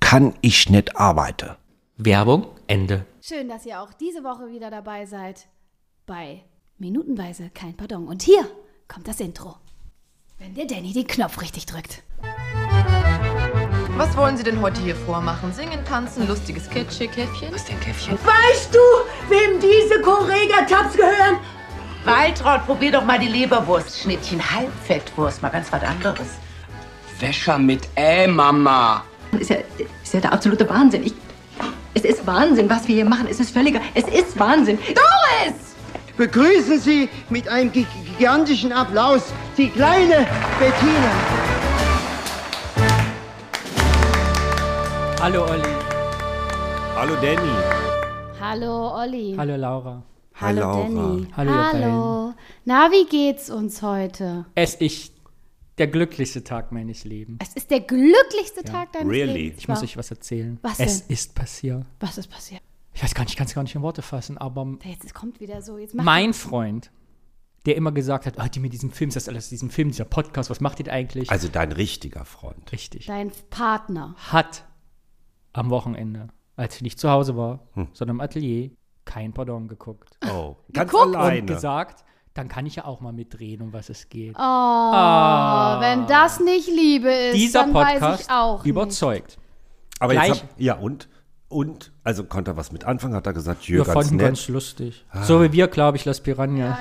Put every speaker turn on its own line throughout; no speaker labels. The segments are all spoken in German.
kann ich nicht arbeiten.
Werbung, Ende.
Schön, dass ihr auch diese Woche wieder dabei seid bei Minutenweise kein Pardon. Und hier kommt das Intro. Wenn der Danny den Knopf richtig drückt.
Was wollen Sie denn heute hier vormachen? Singen, tanzen, lustiges Kitschig-Käffchen?
Weißt du, wem diese Korega-Tabs gehören?
Waltraud, probier doch mal die Leberwurstschnittchen. Halbfettwurst, mal ganz was anderes.
Wäscher mit Ä, Mama.
ist ja, ist ja der absolute Wahnsinn. Ich, es ist Wahnsinn, was wir hier machen. Es ist völliger. Es ist Wahnsinn. Doris!
begrüßen Sie mit einem gi- gigantischen Applaus die kleine Bettina.
Hallo Olli.
Hallo Danny.
Hallo Olli.
Hallo Laura.
Hi, Laura.
Hallo, ihr
Hallo. Na, wie geht's uns heute?
Es ich der glücklichste Tag meines Lebens.
Es ist der glücklichste Tag deines
Really?
Lebens.
Ich muss euch was erzählen.
Was
es
denn?
ist passiert.
Was ist passiert?
Ich weiß gar nicht, ich kann es gar nicht in Worte fassen, aber
Jetzt kommt wieder so. Jetzt mach
mein Freund, der immer gesagt hat, oh, die mit diesem Film, ist das alles diesem Film, dieser Podcast, was macht ihr denn eigentlich?
Also dein richtiger Freund.
Richtig.
dein Partner.
Hat am Wochenende, als ich nicht zu Hause war,
Hm.
sondern im Atelier, kein Pardon geguckt.
Oh, ganz
Geguckt
Und gesagt, dann kann ich ja auch mal mitdrehen, um was es geht.
Oh, wenn das nicht Liebe ist,
Dieser
dann weiß
Podcast
ich auch nicht.
überzeugt.
Aber jetzt
Gleich-
hab, ja und und also konnte er was mit anfangen, hat er gesagt, jö,
Wir
ganz
fanden
nett. Ah.
ganz lustig. So wie wir, glaube ich, Las Piranhas.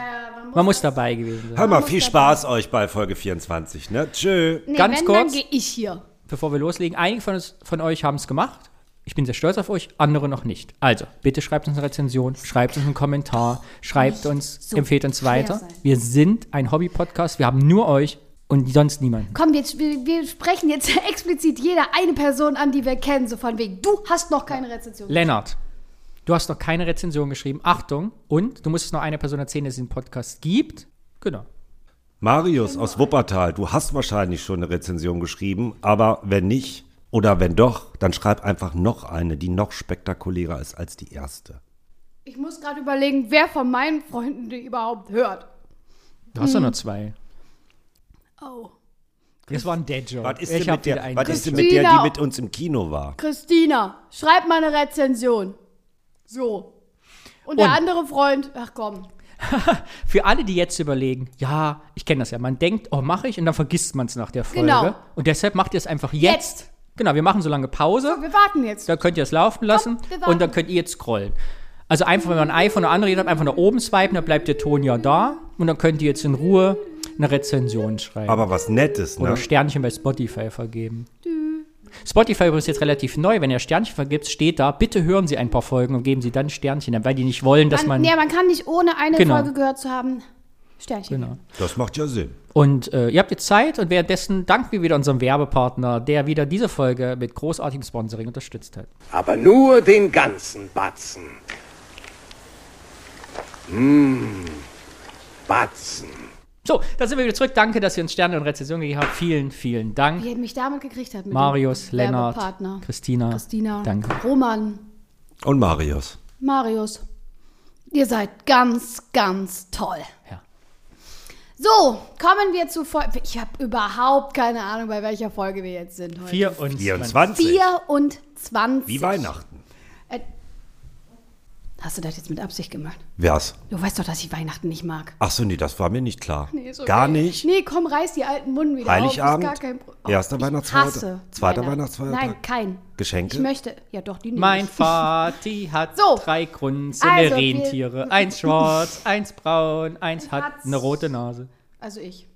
man, muss dabei gewesen sein.
Hör mal, viel Spaß euch bei Folge 24, ne? Tschö.
Nee,
Ganz
wenn, dann
kurz.
gehe ich hier.
Bevor wir loslegen, einige von, uns, von euch haben es gemacht. Ich bin sehr stolz auf euch, andere noch nicht. Also, bitte schreibt uns eine Rezension, schreibt uns einen Kommentar, schreibt uns, empfehlt uns weiter.
schwer sein.
Wir sind ein Hobby-Podcast, wir haben nur euch und sonst niemanden.
Komm, jetzt, wir, wir sprechen jetzt explizit jeder eine Person an, die wir kennen, so von wegen, du hast noch keine Rezension.
Lennart, du hast noch keine Rezension geschrieben. Achtung, und du musst es noch einer Person erzählen, dass es den Podcast gibt. Genau.
Marius aus Wuppertal, du hast wahrscheinlich schon eine Rezension geschrieben, aber wenn nicht oder wenn doch, dann schreib einfach noch eine, die noch spektakulärer ist als die erste.
Ich muss gerade überlegen, wer von meinen Freunden die überhaupt hört.
Du hast doch
Hm.
nur zwei.
Oh.
Das war ein Dead-Joke.
Was ist
Ich
denn
hab
mit der,
wieder einen
was ist denn
Dead-Joke.
mit der, die
Christina.
mit uns im Kino war?
Christina, schreib mal eine Rezension. So. Und der
Und-
andere Freund, ach komm,
Für alle, die jetzt überlegen, ja, ich kenne das ja, man denkt, oh, mache ich und dann vergisst man es nach der Folge.
Genau.
Und deshalb macht ihr es einfach jetzt. Genau, wir machen so lange Pause,
wir warten jetzt.
da könnt ihr es laufen lassen
wir warten.
und dann könnt ihr jetzt scrollen. Also einfach, wenn man ein iPhone oder andere habt, einfach nach oben swipen, dann bleibt der Ton ja da und dann könnt ihr jetzt in Ruhe eine Rezension schreiben.
Aber was Nettes,
oder
ne?
Sternchen bei Spotify vergeben. Spotify übrigens jetzt relativ neu, wenn ihr Sternchen vergibt, steht da, bitte hören Sie ein paar Folgen und geben Sie dann Sternchen, weil die nicht wollen, dass
man,
man...
nee, man kann nicht ohne eine
Genau.
Folge gehört zu haben. Sternchen.
Genau.
Das macht ja Sinn.
Und äh, ihr habt jetzt Zeit und währenddessen danken wir wieder unserem Werbepartner, der wieder diese Folge mit großartigem Sponsoring unterstützt hat.
aber nur den ganzen Batzen. Mmh, Hm, Batzen.
So, da sind wir wieder zurück. Danke, dass ihr uns Sterne und Rezensionen gegeben habt. Vielen, vielen Dank.
Wie er mich damit gekriegt hat. Mit
Marius,
dem
Lennart,
Werbepartner.
Christina.
Christina.
Danke.
Roman,
Und Marius.
Marius. Ihr seid ganz, ganz toll.
Ja.
So, kommen wir zu Folge. Ich habe überhaupt keine Ahnung, bei welcher Folge wir jetzt sind heute.
24.
24.
24.
Wie Weihnachten.
Hast du das jetzt mit Absicht gemacht?
Wer's.
Du weißt doch, dass ich Weihnachten nicht mag.
Ach so, nee, das war mir nicht klar.
Nee, ist okay.
Gar nicht.
Nee, komm, reiß die alten Munden wieder
Heiligabend,
auf. ist gar kein Pro-
erster
ich
Weihnachtsfeiertag,
hasse
zweiter
Weihnachten.
Weihnachtsfeiertag.
Nein, kein.
Geschenke?
Ich möchte, ja doch, die nehme
Mein
ich.
Vati hat
So.
drei grunzende
Also, wir-
Rentiere. Eins schwarz, eins braun, eins hat
Hat's.
eine rote Nase.
Also ich.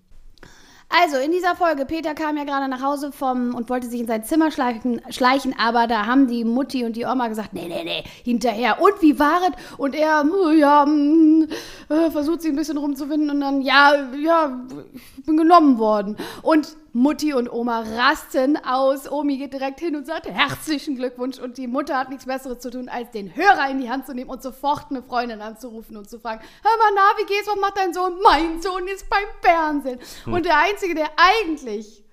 Also, in dieser Folge, Peter kam ja gerade nach Hause vom und wollte sich in sein Zimmer schleichen, schleichen, aber da haben die Mutti und die Oma gesagt, nee, nee, nee, hinterher. Und wie war es? Und er, hm, ja, hm, äh, versucht sie ein bisschen rumzuwinden und dann, ja, ja, ich bin genommen worden. Und Mutti und Oma rasten aus. Omi geht direkt hin und sagt herzlichen Glückwunsch. Und die Mutter hat nichts Besseres zu tun, als den Hörer in die Hand zu nehmen und sofort eine Freundin anzurufen und zu fragen, hör mal, na, wie geht's, was macht dein Sohn? Mein Sohn ist beim Fernsehen.
Hm.
Und der Einzige, der eigentlich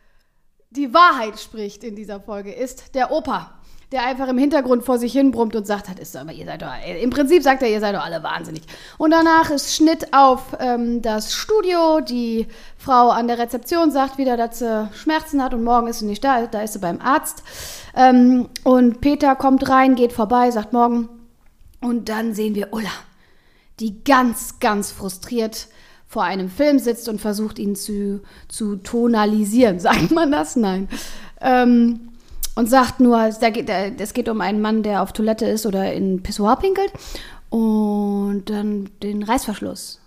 die Wahrheit spricht in dieser Folge, ist der Opa. Der einfach im Hintergrund vor sich hin brummt und sagt, das ist doch, aber ihr seid doch, im Prinzip sagt er, ihr seid doch alle wahnsinnig. Und danach ist Schnitt auf ähm, das Studio. Die Frau an der Rezeption sagt wieder, dass sie Schmerzen hat und morgen ist sie nicht da, da ist sie beim Arzt. Ähm, und Peter kommt rein, geht vorbei, sagt morgen. Und dann sehen wir Ulla, die ganz, ganz frustriert vor einem Film sitzt und versucht, ihn zu, zu tonalisieren. Sagt man das? Nein. Ähm, und sagt nur, da geht, da, es geht um einen Mann, der auf Toilette ist oder in Pissoir pinkelt. Und dann den Reißverschluss.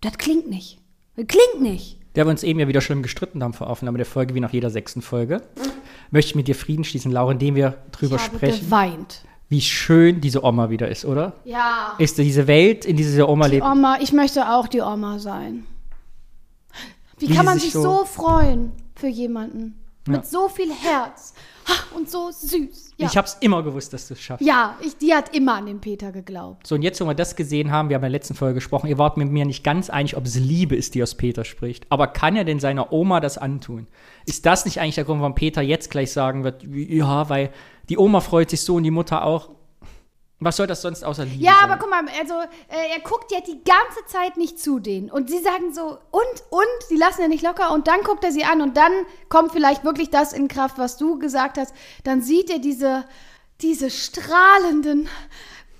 Das klingt nicht. Das klingt nicht.
Da wir uns eben ja wieder schlimm gestritten haben vor Aufnahme der Folge, wie nach jeder sechsten Folge, möchte ich mit dir Frieden schließen, Laura, indem wir drüber
ich habe
sprechen,
geweint.
wie schön diese Oma wieder ist, oder?
Ja.
Ist diese Welt, in dieser diese Oma
Die
lebt.
Oma, ich möchte auch die Oma sein. Wie,
Wie
kann
sie
man
sich
sich
so-
so, freuen für jemanden?
Ja.
Mit so viel Herz Ha, und so süß. Ja.
Ich hab's immer gewusst, dass du es schaffst.
ja, ich, die hat immer an den Peter geglaubt.
So, und jetzt, wo wir das gesehen haben, wir haben in der letzten Folge gesprochen, ihr wart mit mir nicht ganz einig, ob es Liebe ist, die aus Peter spricht. Aber kann er denn seiner Oma das antun? Ist das nicht eigentlich der Grund, warum Peter jetzt gleich sagen wird, ja, weil die Oma freut sich so und die Mutter auch? Was soll das sonst außer Liebe
Ja,
sein?
aber guck mal, also äh, er guckt ja die ganze Zeit nicht zu denen. Und sie sagen so, und, und, die lassen ja nicht locker. Und dann guckt er sie an und dann kommt vielleicht wirklich das in Kraft, was du gesagt hast. Dann sieht er diese, diese strahlenden,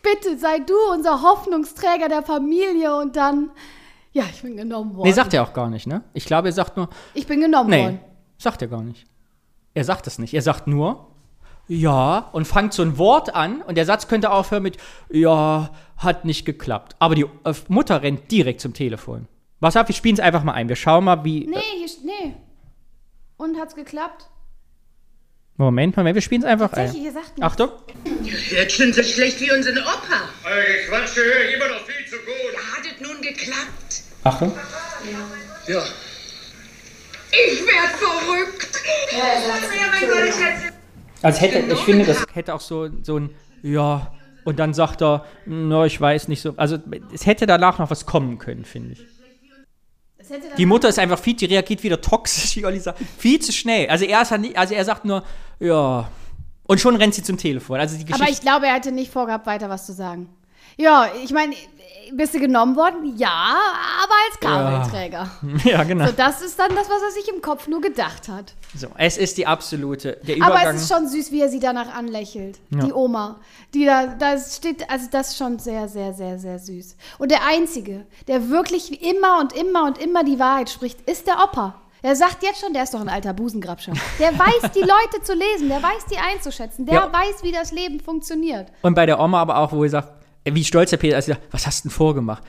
bitte sei du unser Hoffnungsträger der Familie. Und dann, ja, ich bin genommen worden.
Nee, sagt er auch gar nicht, ne? Ich glaube, er sagt nur,
Ich bin genommen
nee,
worden.
sagt er gar nicht. Er sagt es nicht. Er sagt nur, ja, und fängt so ein Wort an und der Satz könnte aufhören mit, ja, hat nicht geklappt. Aber die äh, Mutter rennt direkt zum Telefon. Was ab, wir spielen es einfach mal ein. Wir schauen mal, wie.
Nee, hier, st- nee. Und hat's geklappt?
Moment, Moment, wir spielen es einfach
Tatsächlich,
ein.
ihr sagt nichts.
Achtung.
Hört schon so schlecht wie unsere Opa.
Eure Quatsche höre ich immer noch viel zu gut.
Hat es nun geklappt?
Achtung.
Ja,
Ich werd verrückt.
Also hätte, ich finde, das hätte auch so, so ein, ja, und dann sagt er, "Hm, na, ich weiß nicht so. Also es hätte danach noch was kommen können, finde ich.
Das hätte dann-
Die Mutter ist einfach viel, die reagiert wieder toxisch, wie Olli sagt. Viel zu schnell. Also er, ist ja nicht, also er sagt nur, ja. Und schon rennt sie zum Telefon. Also die Geschichte.
Aber ich glaube, er hatte nicht vorgehabt, weiter was zu sagen. Ja, ich meine, bist du genommen worden? Ja, aber als Kabelträger.
ja, genau.
So, das ist dann das, was er sich im Kopf nur gedacht hat.
So, es ist die absolute, der Übergang.
Aber es ist schon süß, wie er sie danach anlächelt.
Ja.
Die Oma. Die da, das steht, also das ist schon sehr, sehr, sehr, sehr süß. Und der Einzige, der wirklich immer und immer und immer die Wahrheit spricht, ist der Opa. Er sagt jetzt schon, der ist doch ein alter Busengrabscher. Der weiß, die Leute zu lesen, der weiß, die einzuschätzen, der
Ja.
weiß, wie das Leben funktioniert.
Und bei der Oma aber auch, wo er sagt, äh, wie stolz der Peter ist, er sagt, was hast du denn vorgemacht?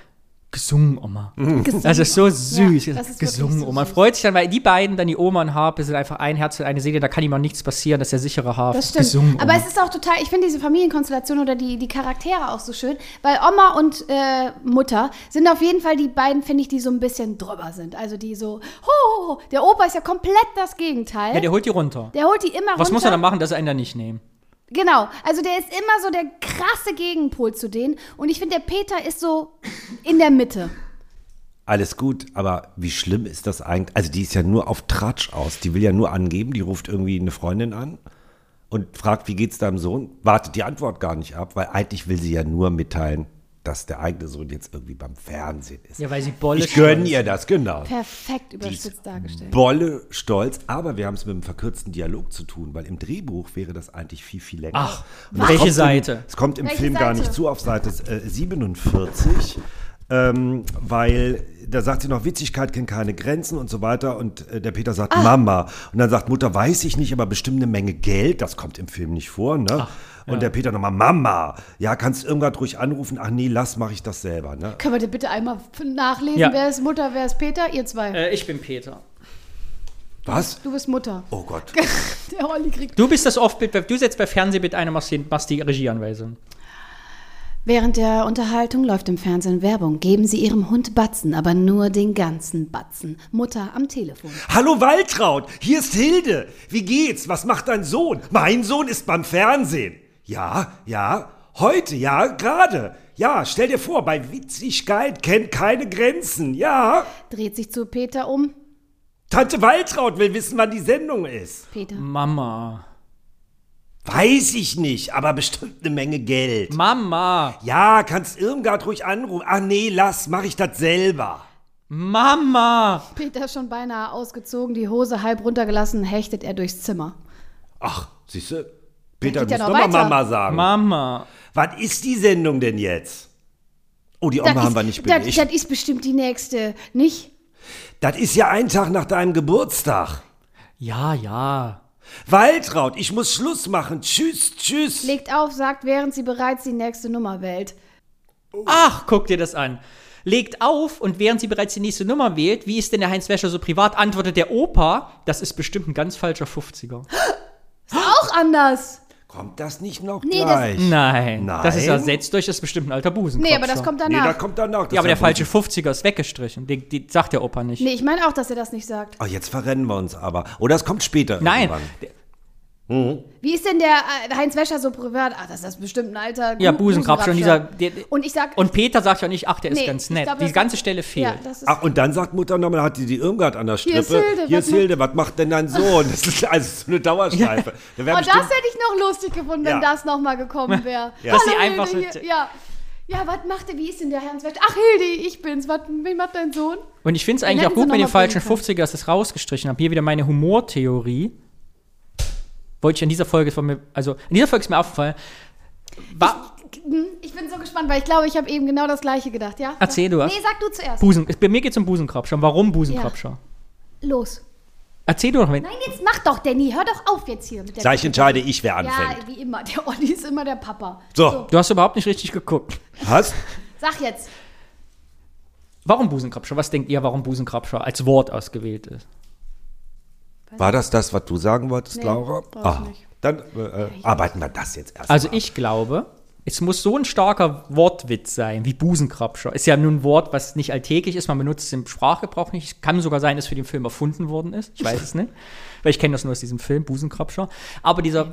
Gesungen, Oma.
Mhm. Gesungen,
Das ist so süß.
Ja, das ist
Gesungen,
wirklich so
Oma.
süß.
Freut sich dann, weil die beiden, dann die Oma und Harpe, sind einfach ein Herz und eine Seele, da kann ihm auch nichts passieren, das ist der sichere Hafen.
Das stimmt.
Gesungen,
Aber
Oma.
es ist auch total, ich finde diese Familienkonstellation oder die, die Charaktere auch so schön, weil Oma und äh, Mutter sind auf jeden Fall die beiden, finde ich, die so ein bisschen drüber sind. Also die so, ho, ho, ho. der Opa ist ja komplett das Gegenteil.
ja,
der,
der holt die runter.
holt die immer
was
runter.
muss er dann machen, dass er einen da nicht nehmen?
Genau, also der ist immer so der krasse Gegenpol zu denen. Und ich finde, der Peter ist so in der Mitte.
Alles gut, aber wie schlimm ist das eigentlich? Also die ist ja nur auf Tratsch aus. Die will ja nur angeben. Die ruft irgendwie eine Freundin an und fragt, wie geht's deinem Sohn? Wartet die Antwort gar nicht ab, weil eigentlich will sie ja nur mitteilen, dass der eigene Sohn jetzt irgendwie beim Fernsehen ist.
Ja, weil sie Bolle
Ich gönn
stolz
ihr das, genau.
Perfekt überspitzt dargestellt.
Bolle stolz, aber wir haben es mit einem verkürzten Dialog zu tun, weil im Drehbuch wäre das eigentlich viel, viel länger.
Ach,
Und das
welche
kommt im-
Seite?
Es kommt im
Welche
Film gar
Seite?
nicht zu, auf Seite äh, 47, ähm, weil da sagt sie noch, Witzigkeit kennt keine Grenzen und so weiter. Und äh, der Peter sagt,
Ah.
Mama. Und dann sagt Mutter, weiß ich nicht, aber bestimmt eine Menge Geld. Das kommt im Film nicht vor, ne? Und der Peter nochmal, Mama, ja, kannst irgendwas ruhig anrufen? Ach nee, lass, mache ich das selber, ne?
Können wir denn bitte einmal nachlesen,
Ja.
wer ist Mutter, wer ist Peter? Ihr zwei.
Äh, ich bin Peter.
Was?
Du bist Mutter.
Oh Gott.
Der Olli kriegt
Du bist das Off-Bild, du setzt bei Fernsehbild ein und machst, die- machst die Regieanweisung.
Während der Unterhaltung läuft im Fernsehen Werbung. Geben Sie Ihrem Hund Batzen, aber nur den ganzen Batzen. Mutter am Telefon.
Hallo Waltraud, hier ist Hilde. Wie geht's? Was macht dein Sohn? Mein Sohn ist beim Fernsehen. Ja, ja, heute, ja, gerade. Ja, stell dir vor, bei Witzigkeit kennt keine Grenzen, ja.
Dreht sich zu Peter um.
Tante Waltraud will wissen, wann die Sendung ist.
Peter.
Mama.
Weiß ich nicht, aber bestimmt eine Menge Geld.
Mama.
Ja, kannst Irmgard ruhig anrufen. Ach nee, lass, mach ich das selber.
Mama.
Peter schon beinahe ausgezogen, die Hose halb runtergelassen, hechtet er durchs Zimmer.
Ach, siehste, Peter
geht
muss
ja noch
nochmal
weiter.
Mama sagen.
Mama.
Was ist die Sendung denn jetzt? Oh, die Oma
Das
haben
ist-
wir nicht
das,
belegt.
das ist bestimmt die nächste, nicht?
Das ist ja ein Tag nach deinem Geburtstag.
Ja, ja.
Waltraud, ich muss Schluss machen. Tschüss, tschüss.
Legt auf, sagt, während sie bereits die nächste Nummer wählt.
Ach, guck dir das an. Legt auf und während sie bereits die nächste Nummer wählt, wie ist denn der Heinz Wäscher so privat, antwortet der Opa, das ist bestimmt ein ganz falscher 50er.
Auch anders.
Kommt das nicht noch
Nee, das-
gleich?
Nein.
Nein.
Das ist ja setzt euch, das ist bestimmt ein alter Busen.
Nee, aber das kommt
Nee, da
danach.
kommt danach. Das
Ja,
ist
aber der falsche 50er ist weggestrichen. Den, den sagt der Opa nicht.
Nee, ich meine auch, dass er das nicht sagt.
Oh, jetzt verrennen wir uns aber. Oder es kommt später.
Nein.
Irgendwann.
Der-
Wie ist denn der äh, Heinz Wäscher so privat? Ach, das ist bestimmt ein alter
Ja,
Bu-
Busenkrabscher. Und, dieser,
Busengrabscher.
der, der-
Hm, Und ich sag,
und Peter sagt ja nicht, ach, der ist
Nee,
ganz
ich
nett.
glaub,
die
das-
ganze Stelle fehlt.
ja, das ist
Ach, und dann sagt Mutter nochmal, hat die die Irmgard an der Strippe.
Hier ist Hilde,
Hier
was
ist Hilde, was macht denn dein Sohn? Das ist also so eine Dauerschleife. Da wär
Oh,
bestimmt-
das hätte ich noch lustig gefunden, wenn
Ja.
das nochmal gekommen wäre.
Ja.
Dass sie
Hallo,
einfach
Hilde,
so-
hier. Ja, ja was macht er? Wie ist denn der Hans Wäscher? Ach, Hilde, ich bin's. Was wie macht dein Sohn?
Und ich finde es eigentlich
hätten
auch gut
sie
mit
noch
dem
mal
falschen
bringen können.
50er, dass ich es rausgestrichen habe. Hier wieder meine Humortheorie. Wollte ich in dieser Folge von mir, also in dieser Folge ist mir aufgefallen. War,
Hm, Ich bin so gespannt, weil ich glaube, ich habe eben genau das Gleiche gedacht, ja?
Erzähl du was.
Nee, sag du zuerst.
Busen, es- bei mir geht es um Busenkrabscher. Und Warum Busenkrabscher?
Los.
Erzähl du doch mal.
Nein, jetzt mach doch, Danny. Hör doch auf jetzt hier mit der
Gleich entscheide ich, wer
Ja,
anfängt.
wie immer. Der Olli ist immer der Papa.
So,
Du hast überhaupt nicht richtig geguckt.
hast?
Sag jetzt.
Warum Busenkrabscher? Was denkt ihr, warum Busenkrabscher als Wort ausgewählt ist?
War das das, was du sagen wolltest,
Nee,
Laura? Ah,
brauch ich nicht.
Dann äh, äh, arbeiten wir das jetzt erst.
Also
mal ab.
ich glaube, es muss so ein starker Wortwitz sein, wie Busenkrabscher. Ist ja nun ein Wort, was nicht alltäglich ist, man benutzt es im Sprachgebrauch nicht. Es kann sogar sein, dass es für den Film erfunden worden ist. Ich weiß es nicht. Weil ich kenne das nur aus diesem Film, Busenkrabscher. Aber dieser.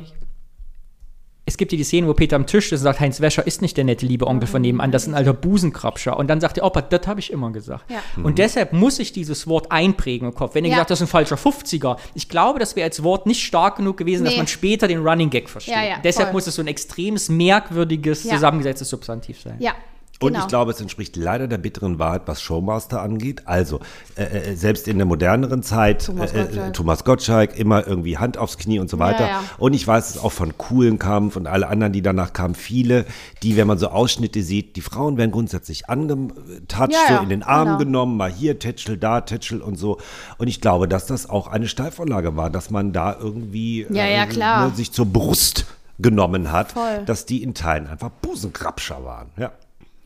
Es gibt ja die Szene, wo Peter am Tisch ist und sagt, Heinz Wäscher ist nicht der nette liebe Onkel
Mhm.
von nebenan, das ist ein alter Busenkrabscher. Und dann sagt der Opa, das habe ich immer gesagt.
Ja.
Und deshalb muss ich dieses Wort einprägen im Kopf. Wenn ihr
Ja.
gesagt, das ist ein falscher 50er, ich glaube, das wäre als Wort nicht stark genug gewesen, dass
Nee.
man später den Running Gag versteht
Ja, ja,
deshalb
voll.
muss es so ein extremes, merkwürdiges,
Ja.
zusammengesetztes Substantiv sein.
Ja.
Und
Genau.
ich glaube, es entspricht leider der bitteren Wahrheit, was Showmaster angeht. Also, äh, äh, selbst in der moderneren Zeit,
Thomas
äh, äh,
Gottschalk.
Thomas Gottschalk, immer irgendwie Hand aufs Knie und so weiter.
Ja, ja.
Und ich weiß es auch von coolen Kampf und alle anderen, die danach kamen, viele, die, wenn man so Ausschnitte sieht, die Frauen werden grundsätzlich angetouched,
Ja, ja,
so in den Arm
genau.
genommen, mal hier Tätschel, da Tätschel und so. Und ich glaube, dass das auch eine Steilvorlage war, dass man da irgendwie
Ja, ja, klar.
ne, sich zur Brust genommen hat,
Voll.
dass die in Teilen einfach Busenkrabscher waren. Ja.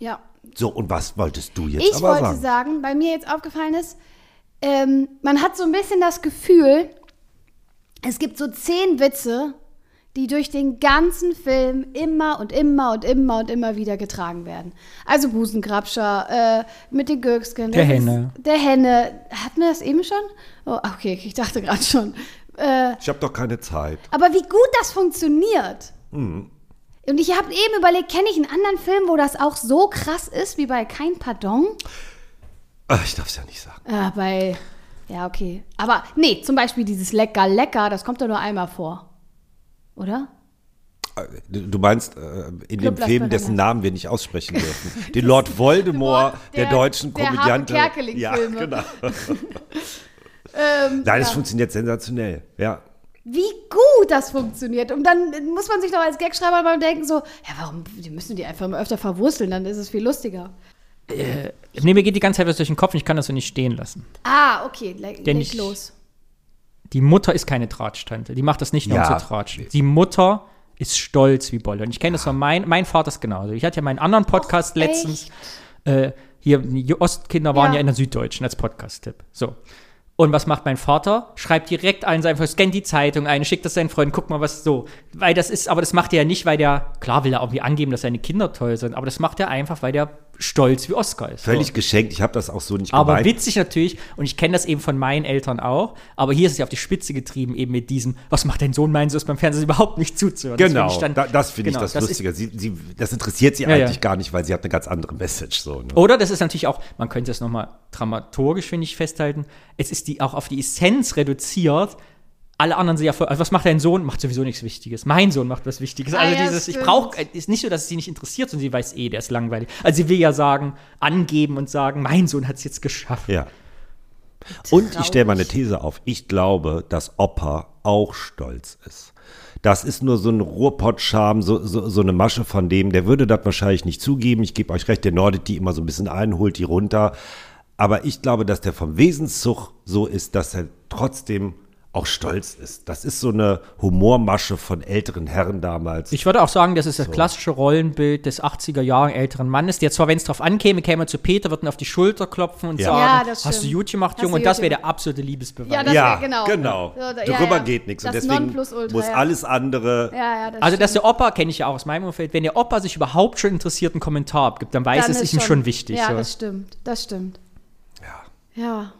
Ja.
So, und was wolltest du jetzt
Ich
aber
wollte
sagen?
sagen. bei mir jetzt aufgefallen ist, ähm, man hat so ein bisschen das Gefühl, es gibt so zehn Witze, die durch den ganzen Film immer und immer und immer und immer wieder getragen werden. Also Busengrabscher, äh, mit den Gürksken.
Der
das ist-
Henne.
Der Henne. Hatten wir das eben schon? Oh, okay, ich dachte gerade schon. Äh,
Ich habe doch keine Zeit.
aber wie gut das funktioniert.
Mhm.
Und ich habe eben überlegt, kenne ich einen anderen Film, wo das auch so krass ist wie bei Kein Pardon?
Ach, ich darf es ja nicht sagen.
Ah, bei. Ja, okay. Aber nee, zum Beispiel dieses Lecker, Lecker, das kommt doch nur einmal vor. Oder?
Äh, Du meinst äh, in dem
Las
Film,
Verenas.
dessen Namen wir nicht aussprechen dürfen. Den Lord Voldemort der,
der-
deutschen
der
Komödiante.
Harpe Kerkeling-Filme.
Ja, genau.
Ähm,
Nein, es
ja.
funktioniert sensationell. Ja.
Wie gut das funktioniert. Und dann muss man sich doch als Gagschreiber mal denken, so, ja, warum die müssen die einfach mal öfter verwursteln, dann ist es viel lustiger.
Nee, mir geht die ganze Zeit was durch den Kopf und ich kann das so nicht stehen lassen.
Ah, okay, le leg
Denn ich-
los.
Die Mutter ist keine Tratschtante. Die macht das nicht nur, um
Ja.
zu tratschen. Die Mutter ist stolz wie Bolle. Und ich kenne das von mein, mein Vater ist genauso. Ich hatte ja meinen anderen Podcast
echt?
letztens. Äh, hier, die Ostkinder waren ja.
Ja.
in der Süddeutschen als Podcast-Tipp. So. Und was macht mein Vater? Schreibt direkt allen seinen Freunden, scannt die Zeitung ein, schickt das seinen Freunden, guck mal, was so. Weil das ist, aber das macht er ja nicht, weil der, klar will er irgendwie angeben, dass seine Kinder toll sind, aber das macht er einfach, weil der stolz wie Oscar ist.
Völlig
so.
geschenkt, ich habe das auch so nicht
Aber
gemeint.
witzig natürlich, und ich kenne das eben von meinen Eltern auch, aber hier ist es ja auf die Spitze getrieben, eben mit diesem, was macht dein Sohn, mein Sohn ist beim Fernsehen überhaupt nicht zuzuhören. Das
Genau,
finde ich dann-
da, das finde
genau,
ich das,
ist-
Lustige. Sie, sie, das interessiert sie
Ja, ja.
eigentlich gar nicht, weil sie hat eine ganz andere Message. So, ne?
Oder das ist natürlich auch, man könnte es nochmal dramaturgisch, finde ich, festhalten. Es ist die auch auf die Essenz reduziert. Alle anderen sind ja voll. Also was macht dein Sohn? Macht sowieso nichts Wichtiges. Mein Sohn macht was Wichtiges.
Ah,
Also
ja,
dieses, ich
stimmt.
brauche, ist nicht so, dass es sie nicht interessiert, sondern sie weiß eh, der ist langweilig. Also sie will ja sagen, angeben und sagen, mein Sohn hat es jetzt geschafft.
Ja. Und ich stelle mal eine These auf. Ich glaube, dass Opa auch stolz ist. Das ist nur so ein Ruhrpott-Charme, so, so, so eine Masche von dem. Der würde das wahrscheinlich nicht zugeben. Ich gebe euch recht, der nordet die immer so ein bisschen ein, holt die runter. Aber ich glaube, dass der vom Wesenszug so ist, dass er trotzdem auch stolz ist. Das ist so eine Humormasche von älteren Herren damals.
Ich würde auch sagen, das ist das klassische Rollenbild des 80er Jahren älteren Mannes, der zwar, wenn es drauf ankäme, käme er zu Peter, würden auf die Schulter klopfen und
Ja.
sagen,
Ja, das
hast du
stimmt.
gut gemacht,
Hast
Junge,
du
und das
gut
wäre der absolute Liebesbeweis.
Ja, das
ja,
wär- genau.
genau.
So, da- ja,
Darüber
ja.
geht nichts. Und
Das
deswegen
Nonplusultra,
muss
ja.
alles andere.
Ja, ja, das
also, dass der Opa, kenne ich ja auch aus meinem Umfeld, wenn der Opa sich überhaupt schon interessiert einen Kommentar abgibt, dann weiß
Dann
es, ist ihm schon wichtig.
Ja,
so.
das stimmt, das stimmt. Ja. Ja.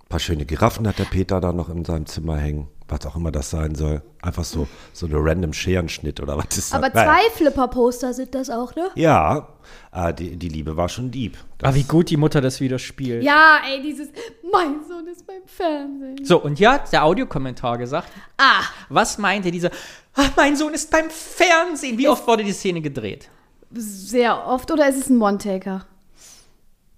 Ein paar schöne Giraffen hat der Peter da noch in seinem Zimmer hängen, was auch immer das sein soll. Einfach so, so eine random Scherenschnitt oder was ist das?
Aber
Naja.
zwei Flipper-Poster sind das auch, ne?
Ja, ah, die, die Liebe war schon deep.
Aber Ah, wie gut die Mutter das wieder spielt.
Ja, ey, dieses Mein Sohn ist beim Fernsehen.
So, und hier hat der Audiokommentar gesagt,
Ah,
was meinte dieser, "Ah, mein Sohn ist beim Fernsehen. Wie oft wurde die Szene gedreht?
sehr oft. Oder ist es ein One-Taker?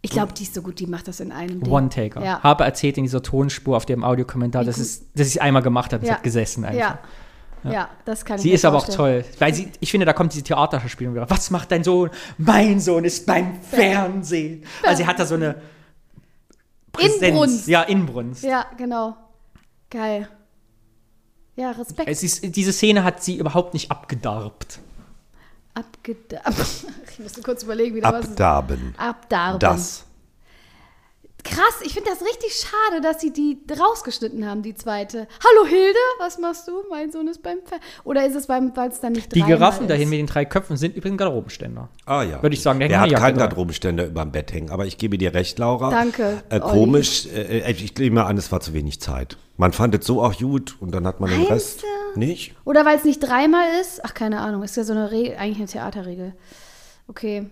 Ich glaube, die ist so gut, die macht das in einem Ding.
One-Taker.
Ja.
Habe erzählt in dieser Tonspur auf dem Audiokommentar,
Wie
dass,
gut-
es, dass ich es einmal gemacht habe, es
Ja.
hat gesessen einfach.
Ja. Ja. das kann ich
Sie
mir
ist aber auch
vorstellen.
toll, weil sie, ich finde, da kommt diese Theaterspielung wieder. Was macht dein Sohn? Mein Sohn ist beim Fernsehen. Also sie hat da so eine Präsenz.
Inbrunst.
Ja, Inbrunst.
Ja, genau. Geil. Ja, Respekt.
Es ist, diese Szene hat sie überhaupt nicht abgedarbt.
Abgedarbt. Ich musste kurz überlegen, wie das ist.
Abdarben.
Abdarben.
Das.
Krass, ich finde das richtig schade, dass sie die rausgeschnitten haben, die zweite. Hallo Hilde, was machst du? Mein Sohn ist beim Fer Oder ist es beim, weil es dann nicht
Die
dreimal
Giraffen
ist?
dahin mit den drei Köpfen sind übrigens Garderobenständer.
Ah ja.
Würde ich sagen, der
der hat
genau. hängt eine Jacke
keinen
dran.
Garderobenständer über dem Bett hängen. Aber ich gebe dir recht, Laura.
Danke,
Äh,
Olli.
komisch. Äh, ich nehme an, es war zu wenig Zeit. Man fand es so auch gut und dann hat man den
Meinst
Rest nicht.
Oder weil es nicht dreimal ist? Ach, keine Ahnung. Ist ja so eine Regel, eigentlich eine Theaterregel. Okay.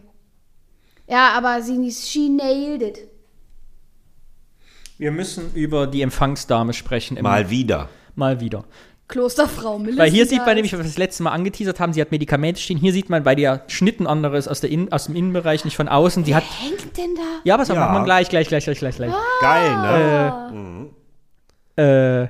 Ja, aber sie she nailed it.
Wir müssen über die Empfangsdame sprechen. Im-
Mal wieder.
mal wieder.
Klosterfrau Melissa.
Weil hier sieht man nämlich, was wir das letzte Mal angeteasert haben, sie hat Medikamente stehen. Hier sieht man, weil der Schnitt ein anderer ist aus, der Innen- aus dem Innenbereich, nicht von außen. Die hat.
Hängt denn da?
Ja, was ja.
Ja.
machen wir gleich, gleich, gleich, gleich, gleich,
Ah.
gleich.
Geil, ne?
äh,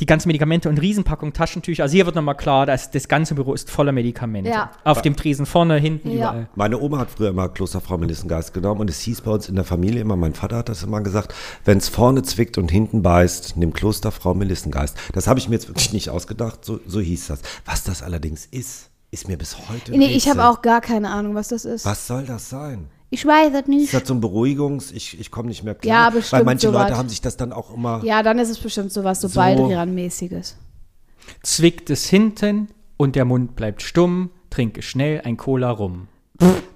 die ganzen Medikamente und Riesenpackung Taschentücher. Also hier wird nochmal klar, dass das ganze Büro ist voller Medikamente.
Ja.
Auf dem Tresen vorne, hinten,
Ja.
überall.
Meine Oma hat früher immer Klosterfrau Melissengeist genommen und es hieß bei uns in der Familie immer, mein Vater hat das immer gesagt, wenn es vorne zwickt und hinten beißt, nimm Klosterfrau Melissengeist. Das habe ich mir jetzt wirklich nicht ausgedacht, so, so hieß das. Was das allerdings ist, ist mir bis heute ein
Nee, ich habe
Rätsel.
auch gar keine Ahnung, was das ist.
Was soll das sein?
Ich weiß es
Ist
nicht.
das so ein Beruhigungs-, ich, ich komme nicht mehr klar?
Ja, bestimmt
Weil manche
sowas.
Leute haben sich das dann auch immer...
Ja, dann ist es bestimmt sowas, so,
So.
Baldrian-mäßiges.
Zwickt es hinten und der Mund bleibt stumm. Trinke schnell ein Cola rum.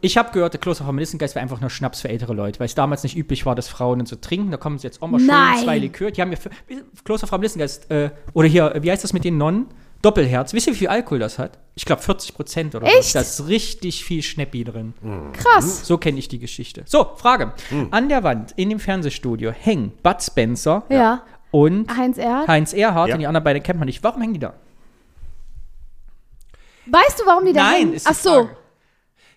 Ich habe gehört, der Kloster von Melissengeist war einfach nur Schnaps für ältere Leute, weil es damals nicht üblich war, dass Frauen und so trinken. Da kommen sie jetzt auch mal schön
Nein.
zwei Likör. Die haben ja für, Kloster von Melissengeist, äh, oder hier, äh, wie heißt das mit den Nonnen? Doppelherz. Wisst ihr, wie viel Alkohol das hat? Ich glaube 40 Prozent oder was.
Echt?
Da ist richtig viel Schnäppi drin.
Krass.
So kenne ich die Geschichte. So, Frage. An der Wand in dem Fernsehstudio hängen Bud Spencer
Ja.
und
Heinz Erhardt.
Heinz Erhardt
Ja.
und die anderen beiden kennt man nicht. Warum hängen die da?
Weißt du, warum die da
Nein,
hängen?
ist die
Ach so.
Frage.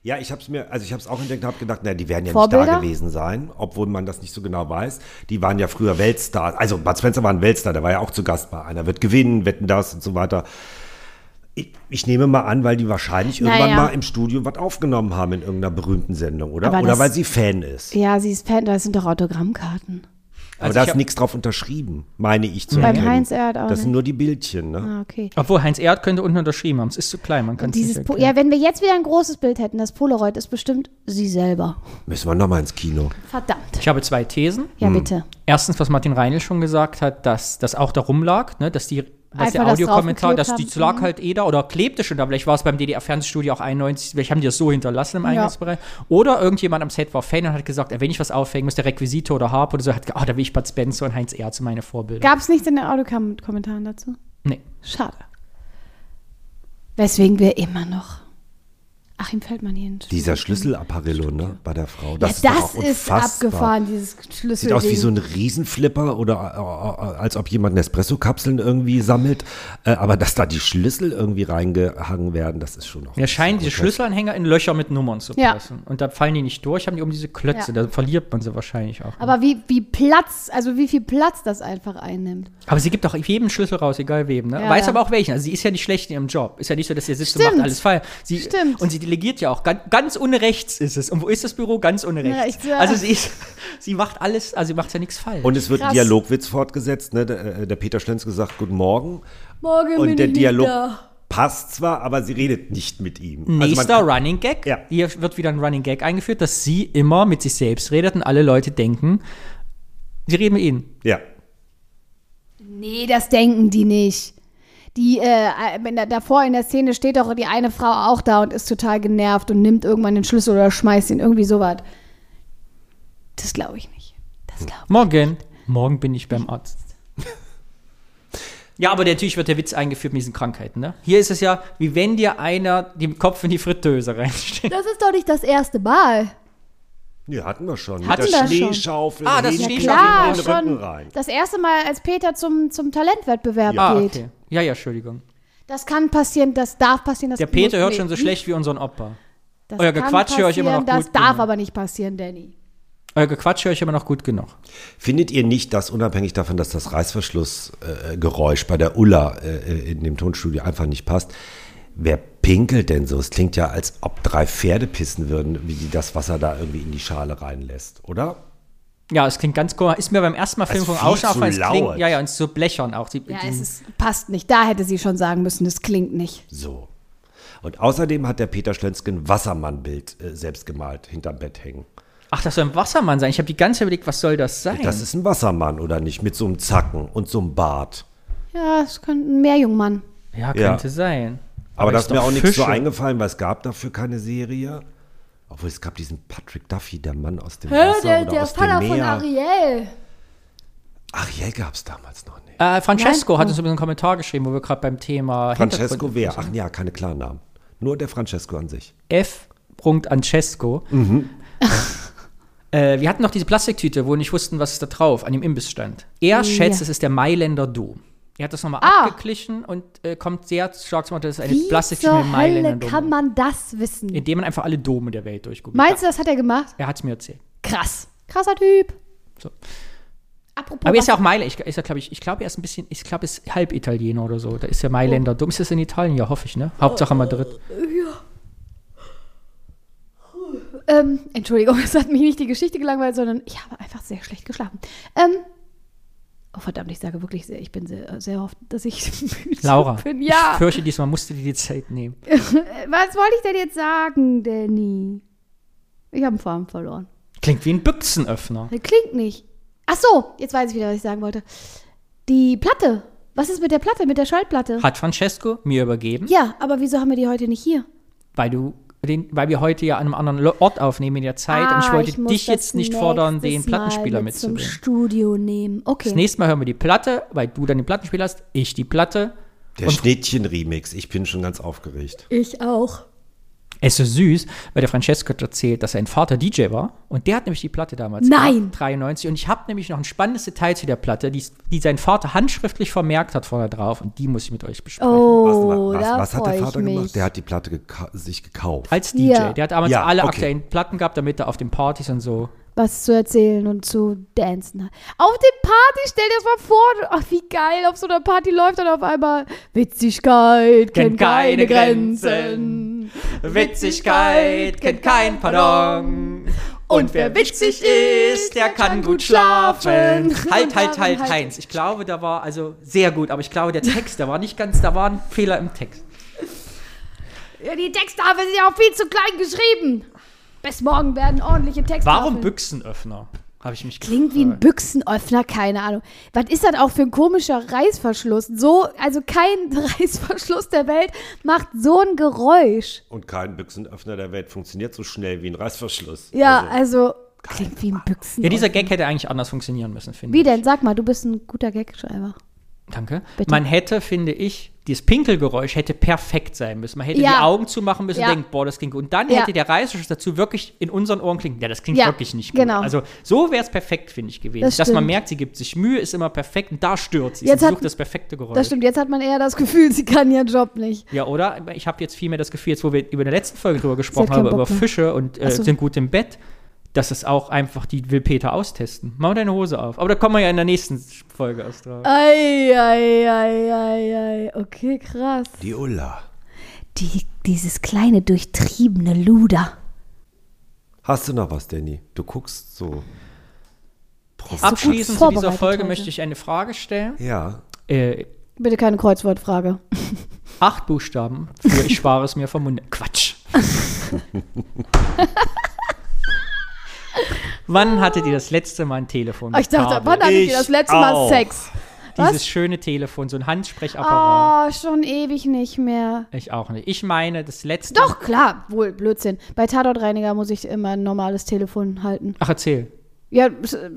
Ja, ich habe es mir, also ich habe es auch entdeckt, habe gedacht, na, die werden ja nicht
Vorbilder?
da gewesen sein, obwohl man das nicht so genau weiß. Die waren ja früher Weltstars. Also Bud Spencer war ein Weltstar, der war ja auch zu Gast bei einer wird gewinnen, wetten das und so weiter. Ich, ich nehme mal an, weil die wahrscheinlich irgendwann
Naja.
mal im Studio was aufgenommen haben in irgendeiner berühmten Sendung, oder?
Aber
oder
das-
weil sie Fan ist.
Ja, sie ist Fan, das sind doch Autogrammkarten.
Aber
Also
da
ich
ist
hab-
nichts drauf unterschrieben, meine ich zu
Beim
erkennen.
Heinz Erhardt auch
Das sind
nicht.
nur die Bildchen, ne?
Ah, okay.
Obwohl, Heinz Erd könnte unten unterschrieben haben. Es ist zu klein, man kann es nicht
Dieses po
erkennen.
ja, wenn wir jetzt wieder ein großes Bild hätten, das Polaroid ist bestimmt sie selber.
Müssen wir nochmal ins Kino.
Verdammt.
Ich habe zwei Thesen.
Ja,
Hm.
bitte.
Erstens, was Martin Reinl schon gesagt hat, dass das auch darum lag, ne, dass die dass der
Einfach das
Audiokommentar, dass
draufgeklebt
die
haben.
lag
Mhm.
halt eh da oder klebte schon da, vielleicht war es beim DDR-Fernsehstudio auch 91, vielleicht haben die das so hinterlassen im
Ja.
Eingangsbereich. Oder irgendjemand am Set war Fan und hat gesagt, ey, wenn ich was aufhängen muss, der Requisite oder Harp oder so, hat gesagt, ah, da will ich Bud Spencer und Heinz Erz meine Vorbilder.
Gab es nichts in den Audiokommentaren dazu?
nee.
Schade. Weswegen wir immer noch Achim Feldmann hier in
Dieser Schlüsselapparillo, ne? Bei der Frau. Das
Das, ja,
ist,
das
doch auch
ist
unfassbar.
abgefahren, dieses Schlüssel.
Sieht aus wie so ein Riesenflipper oder äh, äh, als ob jemand Nespresso-Kapseln irgendwie sammelt. Äh, aber dass da die Schlüssel irgendwie reingehangen werden, das ist schon auch.
Mir scheinen diese Schlüsselanhänger in Löcher mit Nummern zu
Ja.
passen. Und da fallen die nicht durch, haben die um diese Klötze,
Ja.
da verliert man sie wahrscheinlich auch.
Aber wie, wie Platz, also wie viel Platz das einfach einnimmt.
Aber sie gibt auch jedem Schlüssel raus, egal wem. Ne?
Ja,
Weiß
ja.
aber auch welchen. Also sie ist ja nicht schlecht in ihrem Job. Ist ja nicht so, dass sie sitzt und
Stimmt.
macht alles falsch. Sie,
Stimmt.
Und sie delegiert ja auch. Ganz, ganz ohne rechts ist es. Und wo ist das Büro? Ganz ohne
Ja,
rechts.
ich- ja.
Also sie, ist, sie macht alles, also sie macht ja nichts falsch.
Und es wird
Krass.
Dialogwitz fortgesetzt. Ne? Der, äh, der Peter Schlönz gesagt, Guten Morgen.
Morgen bin
Und der
ich
Dialog
nicht da.
passt zwar, aber sie redet nicht mit ihm. Also man
Nächster
kann-
Running Gag.
Ja.
Hier wird wieder ein Running Gag eingeführt, dass sie immer mit sich selbst redet und alle Leute denken, sie reden mit ihnen.
Ja.
Nee, das denken die nicht. Die, äh, wenn da, davor in der Szene steht doch die eine Frau auch da und ist total genervt und nimmt irgendwann den Schlüssel oder schmeißt ihn, irgendwie sowas. Das glaube ich nicht.
Hm.
Das glaube
Morgen. Morgen bin ich beim Arzt. Ja, aber natürlich wird der Witz eingeführt mit diesen Krankheiten. Ne? Hier ist es ja, wie wenn dir einer den Kopf in die Fritteuse reinsteckt.
ich. Das ist doch nicht das erste Mal.
Nee, hatten wir schon.
Hatten
mit
wir
der
schon.
Schneeschaufel.
Ah, das
hinten in
Schneeschaufel-
den
Ja,
Rücken
schon.
rein.
Das erste Mal, als Peter zum, zum Talentwettbewerb
Ah,
geht.
okay. Ja, ja, Entschuldigung.
Das kann passieren, das darf passieren. Das
Der Peter
muss-
hört
nee,
schon so schlecht wie unseren Opa.
Das
Euer
kann
Gequatsch höre ich immer noch
passieren, Das
gut,
darf
genau.
aber nicht passieren, Danny.
Euer Gequatsch höre ich immer noch gut genug.
Findet ihr nicht, dass unabhängig davon, dass das Reißverschlussgeräusch äh, Geräusch bei der Ulla äh, in dem Tonstudio einfach nicht passt, wer pinkelt denn so? Es klingt ja, als ob drei Pferde pissen würden, wie die das Wasser da irgendwie in die Schale reinlässt, oder?
Ja, es klingt ganz komisch. Ist mir beim ersten Mal
Das ist
Filmfunk
viel
auch schon
zu
aufgefallen. es
laut.
klingt- Ja, ja, und so blechern auch. Die,
Ja,
die,
es ist, passt nicht. Da hätte sie schon sagen müssen, das klingt nicht.
So. Und außerdem hat der Peter Schlönske ein Wassermann-Bild äh, selbst gemalt, hinterm Bett hängen.
ach, das soll ein Wassermann sein. Ich habe die ganze Zeit überlegt, was soll das sein?
Das ist ein Wassermann, oder nicht? Mit so einem Zacken und so einem Bart.
Ja, es könnte ein Meerjungmann.
ja,
Ja.
könnte sein.
Aber, das ist mir
doch
auch nichts so
Fische.
eingefallen, weil es gab dafür keine Serie. Obwohl es gab diesen Patrick Duffy, der Mann aus dem Wasser oder aus dem Meer.
Ariel.
Ariel gab es damals noch nicht.
Äh, Francesco hat uns übrigens einen Kommentar geschrieben, wo wir gerade beim Thema
Francesco
Hintergrund-
wer? Ach ja, keine Klarnamen. Nur der Francesco an sich.
F. Francesco. äh, wir hatten noch diese Plastiktüte, wo wir nicht wussten, was ist da drauf, an dem Imbiss stand. Er schätzt, es ist der Mailänder Dom. Er hat das nochmal
Ah.
abgeglichen und äh, kommt sehr stark zum Beispiel, das ist eine
Wie
Plastiktüte mit um. dem
zur Hölle
Mailänder
kann
Dom.
man das wissen?
Indem man einfach alle Dome der Welt durchguckt.
Meinst du, das hat er gemacht?
Er hat es mir erzählt.
Krass. Krasser Typ.
So.
Apropos.
Aber er ist ja
was-
auch Mailänder. Ich, ist ja, glaub ich, ich glaube, er ist ein bisschen, ich glaube, er ist halb Italiener oder so. Da ist ja Mailänder
Oh.
Dom. Ist das in Italien? Ja, hoffe ich, ne? Hauptsache Madrid.
ähm, Entschuldigung, es hat mich nicht die Geschichte gelangweilt, sondern ich habe einfach sehr schlecht geschlafen. Ähm, oh verdammt, ich sage wirklich sehr, ich bin sehr, äh, sehr oft, dass ich müde
Laura,
bin. Ja.
ich fürchte, diesmal musst du dir die Zeit nehmen.
Was wollte ich denn jetzt sagen, Danny? Ich habe einen Faden verloren.
Klingt wie ein Büchsenöffner.
Das klingt nicht. Ach so, jetzt weiß ich wieder, was ich sagen wollte. Die Platte. Was ist mit der Platte, mit der Schallplatte?
Hat Francesco mir übergeben,
Mhm. Ja, aber wieso haben wir die heute nicht hier?
weil du den, weil wir heute ja an einem anderen Lo- Ort aufnehmen in der Zeit und ich wollte
Ah, muss
dich
das
jetzt nicht fordern, den
nächstes
Plattenspieler
Mal mit zum
mitzubringen.
Studio nehmen. Okay.
Das nächste Mal hören wir die Platte, weil du dann den Plattenspieler hast, ich die Platte.
Der Schnittchen-Remix. Ich bin schon ganz aufgeregt.
ich auch.
Es ist so süß, weil der Francesco hat erzählt, dass sein Vater DJ war und der hat nämlich die Platte damals
Nein!
gemacht, 93 und ich habe nämlich noch ein spannendes Detail zu der Platte, die, die sein Vater handschriftlich vermerkt hat vorne drauf und die muss ich mit euch besprechen.
Oh,
was
da
was hat der
freu ich
Vater
mich.
gemacht? Der hat die Platte geka sich gekauft.
Als DJ,
Oh, Ja.
der hat damals
Ja,
alle
okay.
aktuellen Platten gehabt, damit er auf den Partys und so
was zu erzählen und zu dancen hat. Auf den Party, stell dir das mal vor. Ach, wie geil, auf so einer Party läuft dann auf einmal Witzigkeit kennt keine Grenzen.
Witzigkeit kennt kein Pardon.
Und wer witzig ist,
der kann gut schlafen. Halt, halt, halt, Heinz. Ich glaube, da war also sehr gut, aber ich glaube, der Text, da war nicht ganz, da war ein Fehler im Text.
Ja, die Texttafeln sind ja auch viel zu klein geschrieben. Bis morgen werden ordentliche Texttafeln.
Warum Büchsenöffner? Habe ich mich
Klingt wie ein
gefragt.
Büchsenöffner, keine Ahnung. Was ist das auch für ein komischer Reißverschluss? So, also kein Reißverschluss der Welt macht so ein Geräusch.
Und kein Büchsenöffner der Welt funktioniert so schnell wie ein Reißverschluss.
Ja, also, klingt wie ein Büchsen.
Ja, dieser Gag hätte eigentlich anders funktionieren müssen, finde
Wie
ich.
denn? Sag mal, du bist ein guter Gagschreiber.
Danke.
Bitte.
Man hätte, finde ich, dieses Pinkelgeräusch hätte perfekt sein müssen. Man hätte
Ja.
die Augen zumachen müssen
Ja.
und denken, boah, das klingt gut. Und dann
Ja.
hätte der Reißverschluss dazu wirklich in unseren Ohren klingen. Ja, das klingt
Ja,
wirklich nicht gut.
genau.
Also so wäre es perfekt, finde ich, gewesen.
Das
Dass man
stimmt.
merkt, sie gibt sich Mühe, ist immer perfekt und da stört sie.
Jetzt
sie
hat-
sucht das perfekte Geräusch.
Das stimmt, jetzt hat man eher das Gefühl, sie kann ihren Job nicht.
Ja, oder? Ich habe jetzt vielmehr das Gefühl, jetzt wo wir über in der letzten Folge drüber gesprochen
keinen
haben,
Bock
über
mehr.
Fische und äh,
Ach so.
sind gut im Bett, dass es auch einfach, die will Peter austesten. Mach mal deine Hose auf. Aber da kommen wir ja in der nächsten Folge aus drauf.
Ei, ei, ei, ei, ei. Okay, krass.
Die Ulla.
Die, dieses kleine, durchtriebene Luder.
Hast du noch was, Danny? Du guckst so.
Der ist so gut
Abschließend zu dieser
vorbereitet
Folge
heute.
möchte ich eine Frage stellen.
Ja.
Äh,
Bitte keine Kreuzwortfrage.
acht Buchstaben für ich spare es mir vom Munde. Quatsch. Wann hattet ihr das letzte Mal ein Telefon?
Oh, ich dachte,
Kabel?
wann hatte ich
Ich
das letzte Mal
auch.
Sex?
Dieses schöne Telefon, so ein Handsprechapparat.
Oh, schon ewig nicht mehr.
Ich auch nicht. Ich meine, das letzte.
Doch, klar, wohl, Blödsinn. Bei Tatortreiniger muss ich immer ein normales Telefon halten.
Ach, erzähl.
Ja, s- äh,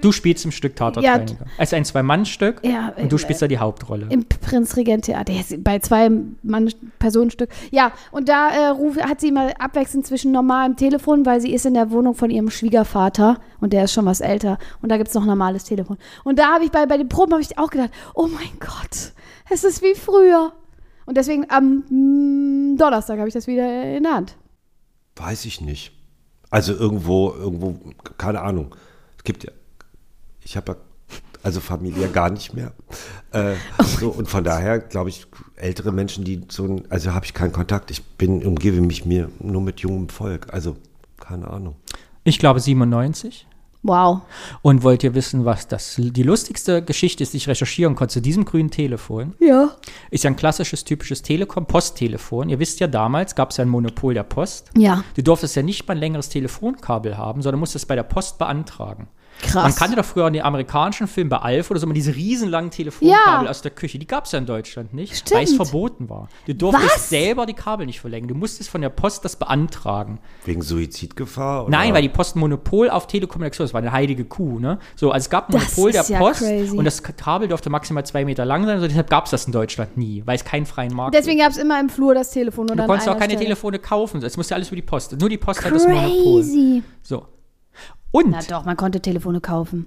Du spielst im Stück Tatortreiniger. Also ein Zwei-Mann-Stück
Ja,
und du
äh,
spielst da die Hauptrolle.
im Prinzregent-Theater, Ja, sie- bei zwei Mann Personenstück. Ja, und da äh, ruf, hat sie immer abwechselnd zwischen normalem Telefon, weil sie ist in der Wohnung von ihrem Schwiegervater und der ist schon was älter. Und da gibt es noch ein normales Telefon. Und da habe ich bei, bei den Proben habe ich auch gedacht, oh mein Gott, es ist wie früher. Und deswegen am mm, Donnerstag habe ich das wieder in der Hand.
Weiß ich nicht. Also irgendwo, irgendwo, keine Ahnung. Es gibt ja, ich habe ja, also familiär gar nicht mehr.
Oh
Äh, so, und von daher glaube ich, ältere Menschen, die so, ein- also habe ich keinen Kontakt. Ich bin, umgebe mich mir nur mit jungem Volk. Also keine Ahnung.
Ich glaube 97.
Wow.
Und wollt ihr wissen, was das die lustigste Geschichte ist, die ich recherchieren konnte zu diesem grünen Telefon?
Ja.
Ist ja ein klassisches, typisches Telekom-Posttelefon. Ihr wisst ja, damals gab es ja ein Monopol der Post.
Ja.
Du durftest ja nicht mal ein längeres Telefonkabel haben, sondern musstest es bei der Post beantragen.
Krass.
Man kannte doch früher in den amerikanischen Filmen bei Alf oder so immer diese riesenlangen Telefonkabel
Ja.
aus der Küche. Die gab es ja in Deutschland nicht, weil
Stimmt.
es verboten war. Du durftest
Was?
selber die Kabel nicht verlängern. Du musstest von der Post das beantragen.
Wegen Suizidgefahr? Oder?
Nein, weil die Post ein Monopol auf Telekommunikation, das war eine heilige Kuh, ne? So, also es gab ein
Das
Monopol der
ist ja
Post
crazy.
und das Kabel durfte maximal zwei Meter lang sein, also deshalb gab es das in Deutschland nie, weil es keinen freien Markt
Deswegen gab es immer im Flur das Telefon. Oder
Du
an
konntest auch
einer
keine
Stelle.
Telefone kaufen, es musste alles über die Post. Nur die Post hat das Monopol.
Crazy.
So. Und
Na doch, man konnte Telefone kaufen.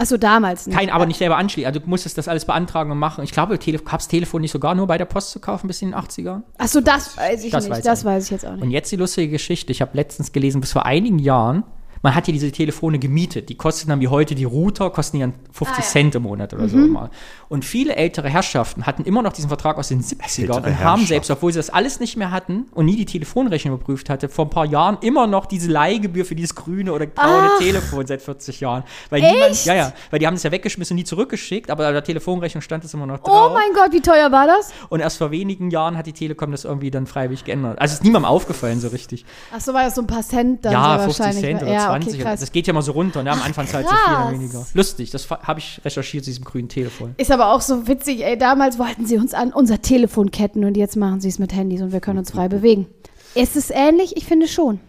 Achso, damals nicht.
kein, aber nicht selber anschließen. Also du musstest das alles beantragen und machen. Ich glaube, Tele gab es Telefon nicht sogar nur bei der Post zu kaufen bis in den 80ern?
Achso, das weiß ich
Das
nicht.
weiß
das
ich.
weiß ich jetzt auch nicht.
Und jetzt die lustige Geschichte. Ich habe letztens gelesen, bis vor einigen Jahren, man hat ja diese Telefone gemietet. Die kosten dann wie heute die Router, kosten ja 50
Ah,
Cent im Monat oder so
Mhm.
mal. Und viele ältere Herrschaften hatten immer noch diesen Vertrag aus den 70ern
Ältere
und haben
Herrschaften.
selbst, obwohl sie das alles nicht mehr hatten und nie die Telefonrechnung überprüft hatte, vor ein paar Jahren immer noch diese Leihgebühr für dieses grüne oder braune Telefon seit 40 Jahren. Weil niemand,
Ah. Echt?
ja, ja, weil die haben es ja weggeschmissen und nie zurückgeschickt, aber auf der Telefonrechnung stand es immer noch drauf.
Oh mein Gott, wie teuer war das?
Und erst vor wenigen Jahren hat die Telekom das irgendwie dann freiwillig geändert. Also ist niemandem aufgefallen so richtig.
Achso, war das so ein paar Cent dann
ja,
so
50
wahrscheinlich. ne?
Cent oder
ja,
20.
Okay,
oder-
krass.
das geht ja mal so runter. Ne? Am Anfang zahlt sie viel
krass.
oder weniger. Lustig, das fa- habe ich recherchiert zu diesem grünen Telefon.
Ist aber auch so witzig, ey. Damals wollten sie uns an unser Telefon ketten und jetzt machen sie es mit Handys und wir können uns frei bewegen. Ist es ähnlich? Ich finde schon.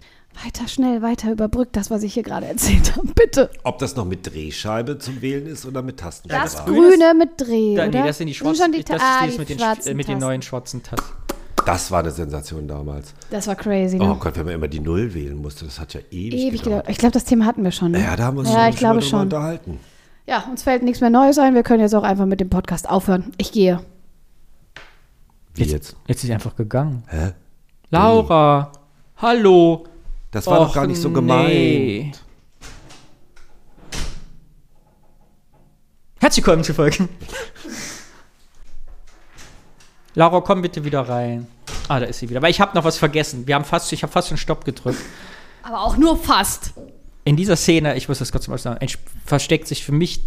Weiter schnell, weiter überbrückt das, was ich hier gerade erzählt habe. Bitte.
Ob das noch mit Drehscheibe zum Wählen ist oder mit Tastenschreiben?
Das Grüne mit Dreh,
Da,
oder?
nee, das sind die
schon
schwarzen.
die Ta-
das ist
ah,
dieses
die
mit, den, sch- äh,
schwarzen
mit den
Tasten.
neuen schwarzen Tasten.
Das war eine Sensation damals.
Das war crazy, ne?
Oh Gott, wenn man immer die Null wählen musste, das hat ja ewig,
Ewig
gedauert.
gedauert. Ich glaube, das Thema hatten wir schon. Ne?
Ja, da haben wir uns
ja,
schon
ich glaube
drüber
schon.
unterhalten.
Ja, uns fällt nichts mehr Neues ein. Wir können jetzt auch einfach mit dem Podcast aufhören. Ich gehe.
Wie jetzt?
Jetzt ist sie einfach gegangen.
Hä?
Laura, hallo.
Das war doch
Och,
gar nicht so
nee.
gemeint.
Herzlich willkommen zu Folgen. Laura, komm bitte wieder rein. Ah, da ist sie wieder. Weil ich habe noch was vergessen. Wir haben fast, ich habe fast einen Stopp gedrückt.
Aber auch nur fast.
in dieser Szene, ich muss das kurz mal sagen, ents- versteckt sich für mich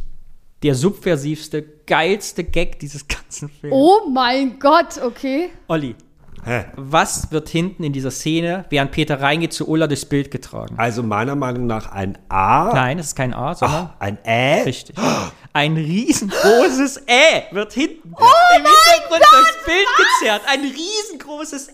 der subversivste, geilste Gag dieses ganzen Films.
Oh mein Gott, okay.
Olli,
Hä?
was wird hinten in dieser Szene, während Peter reingeht, zu Ulla durchs Bild getragen?
Also meiner Meinung nach ein A.
Nein, es ist kein A, sondern
Ein Ä.
richtig. Ein riesengroßes Ä wird hinten im Hintergrund durchs Bild gezerrt. Ein riesengroßes Ä.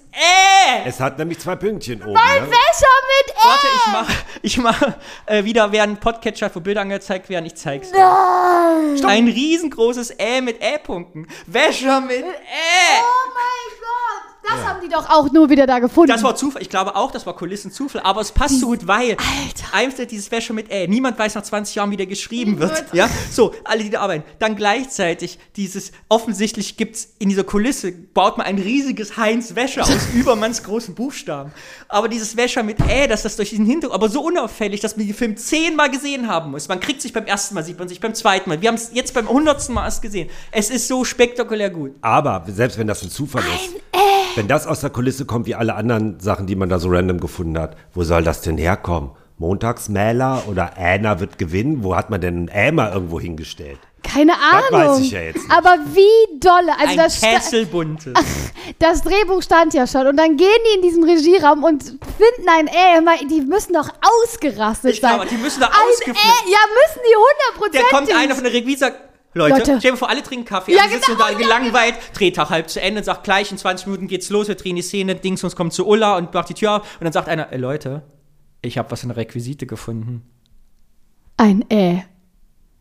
Es hat nämlich zwei Pünktchen oben.
Bei
ne?
Wäscher mit Ä.
Warte, ich mache ich mach, äh, wieder, während Podcatcher für Bilder angezeigt werden, ich zeig's dir. Stopp. Ein riesengroßes Ä mit Ä-Punkten. Wäscher mit Ä.
Oh mein Gott. Das haben die doch auch nur wieder da gefunden.
Das war Zufall. Ich glaube auch, das war Kulissenzufall. Aber es passt so gut, weil
Alter.
einfach dieses Wäsche mit Ä. Niemand weiß nach 20 Jahren, wie der geschrieben wird. Ja, so alle, die da arbeiten. Dann gleichzeitig dieses offensichtlich gibt's in dieser Kulisse baut man ein riesiges Heinz Wäscher aus Übermanns großen Buchstaben. Aber dieses Wäscher mit Ä, dass das durch diesen Hintergrund, aber so unauffällig, dass man den Film zehnmal gesehen haben muss. Man kriegt sich beim ersten Mal, sieht man sich beim zweiten Mal. Wir haben es jetzt beim hundertsten Mal erst gesehen. Es ist so spektakulär gut.
Also
Aber selbst wenn das ein Zufall ist, wenn das aus der Kulisse kommt wie alle anderen Sachen, die man da so random gefunden hat, wo soll das denn herkommen? Montagsmäler oder Äna wird gewinnen? Wo hat man denn einen Ämer irgendwo hingestellt?
Keine Ahnung.
Das weiß ich ja jetzt nicht.
Aber wie dolle. Also
Ein
das, sta-
Kesselbuntes.
das Drehbuch stand ja schon. Und dann gehen die in diesen Regieraum und finden ein Ä. Mal, Die müssen doch ausgerastet
Ich
sein.
glaube, die müssen da
Ein
ausgeflippt.
Ä. Ja, müssen die
Da
hundertprozentig.
kommt einer von der Regie und sagt, Leute,
Leute.
stell dir vor, alle trinken Kaffee,
Ja,
alle sitzen
genau,
da
ja,
gelangweilt, Drehtag halb zu Ende und sagt gleich, in 20 Minuten geht's los, wir drehen die Szene, Dings, uns kommt zu Ulla und macht die Tür auf und dann sagt einer, ey, Leute, ich habe was in der Requisite gefunden.
Ein Ä.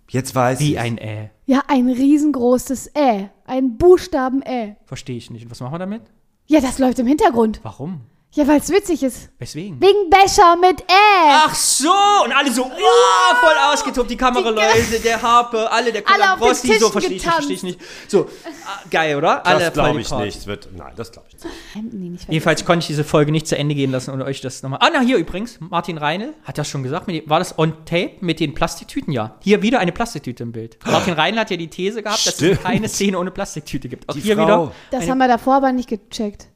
Jetzt weiß
Wie
ich.
ein Äh.
Ja, ein riesengroßes Ä. Ein Buchstaben Ä.
Verstehe ich nicht. Und was machen wir damit?
Ja, das läuft im Hintergrund.
Warum?
Ja, weil es witzig ist.
Weswegen?
Wegen Becher mit Ä.
Ach so! Und alle so, oh, voll ausgetobt, die Kameraleute, der Harpe, alle, der
Alle auf den
Colabrosi, so,
Tischen
verstehe ich nicht,
getanzt.
verstehe ich nicht. So, ah, geil, oder? Alle
das
voll die
glaube ich
Party.
nicht. Wird, nein, das glaube ich nicht.
Nee, nicht vergessen.
Jedenfalls konnte ich diese Folge nicht zu Ende gehen lassen und euch das nochmal. Ah, na, hier übrigens, Martin Reinl hat das schon gesagt. Mit, dem- war das on tape mit den Plastiktüten? Ja. Hier wieder eine Plastiktüte im Bild. Martin Reinl hat ja die These gehabt, dass es
Stimmt.
keine Szene ohne Plastiktüte gibt. Auch
Die
hier
Frau.
wieder.
Das haben wir davor aber nicht gecheckt.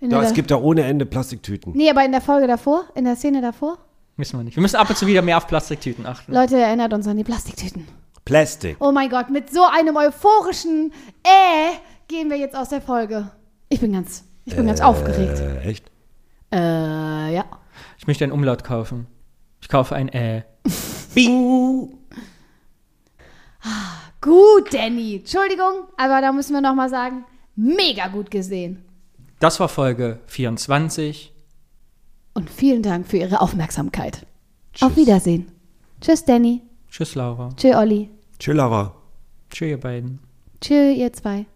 In
Doch,
der-
es gibt da ohne Ende Plastiktüten.
nee, aber in der Folge davor, in der Szene davor.
Müssen wir nicht. Wir müssen ab und zu wieder mehr auf Plastiktüten achten.
Leute, erinnert uns an die Plastiktüten.
Plastik.
Oh mein Gott, mit so einem euphorischen Äh gehen wir jetzt aus der Folge. Ich bin ganz, ich bin ganz aufgeregt.
Äh, echt?
Äh, ja.
Ich möchte einen Umlaut kaufen. Ich kaufe ein Äh.
Bing!
Gut, Danny. Entschuldigung, aber da müssen wir nochmal sagen, mega gut gesehen.
Das war Folge 24.
Und vielen Dank für Ihre Aufmerksamkeit. Auf Wiedersehen. Tschüss, Danny.
Tschüss, Laura.
Tschö, Olli.
Chillerer.
Tschüss, ihr beiden.
Tschö, ihr zwei.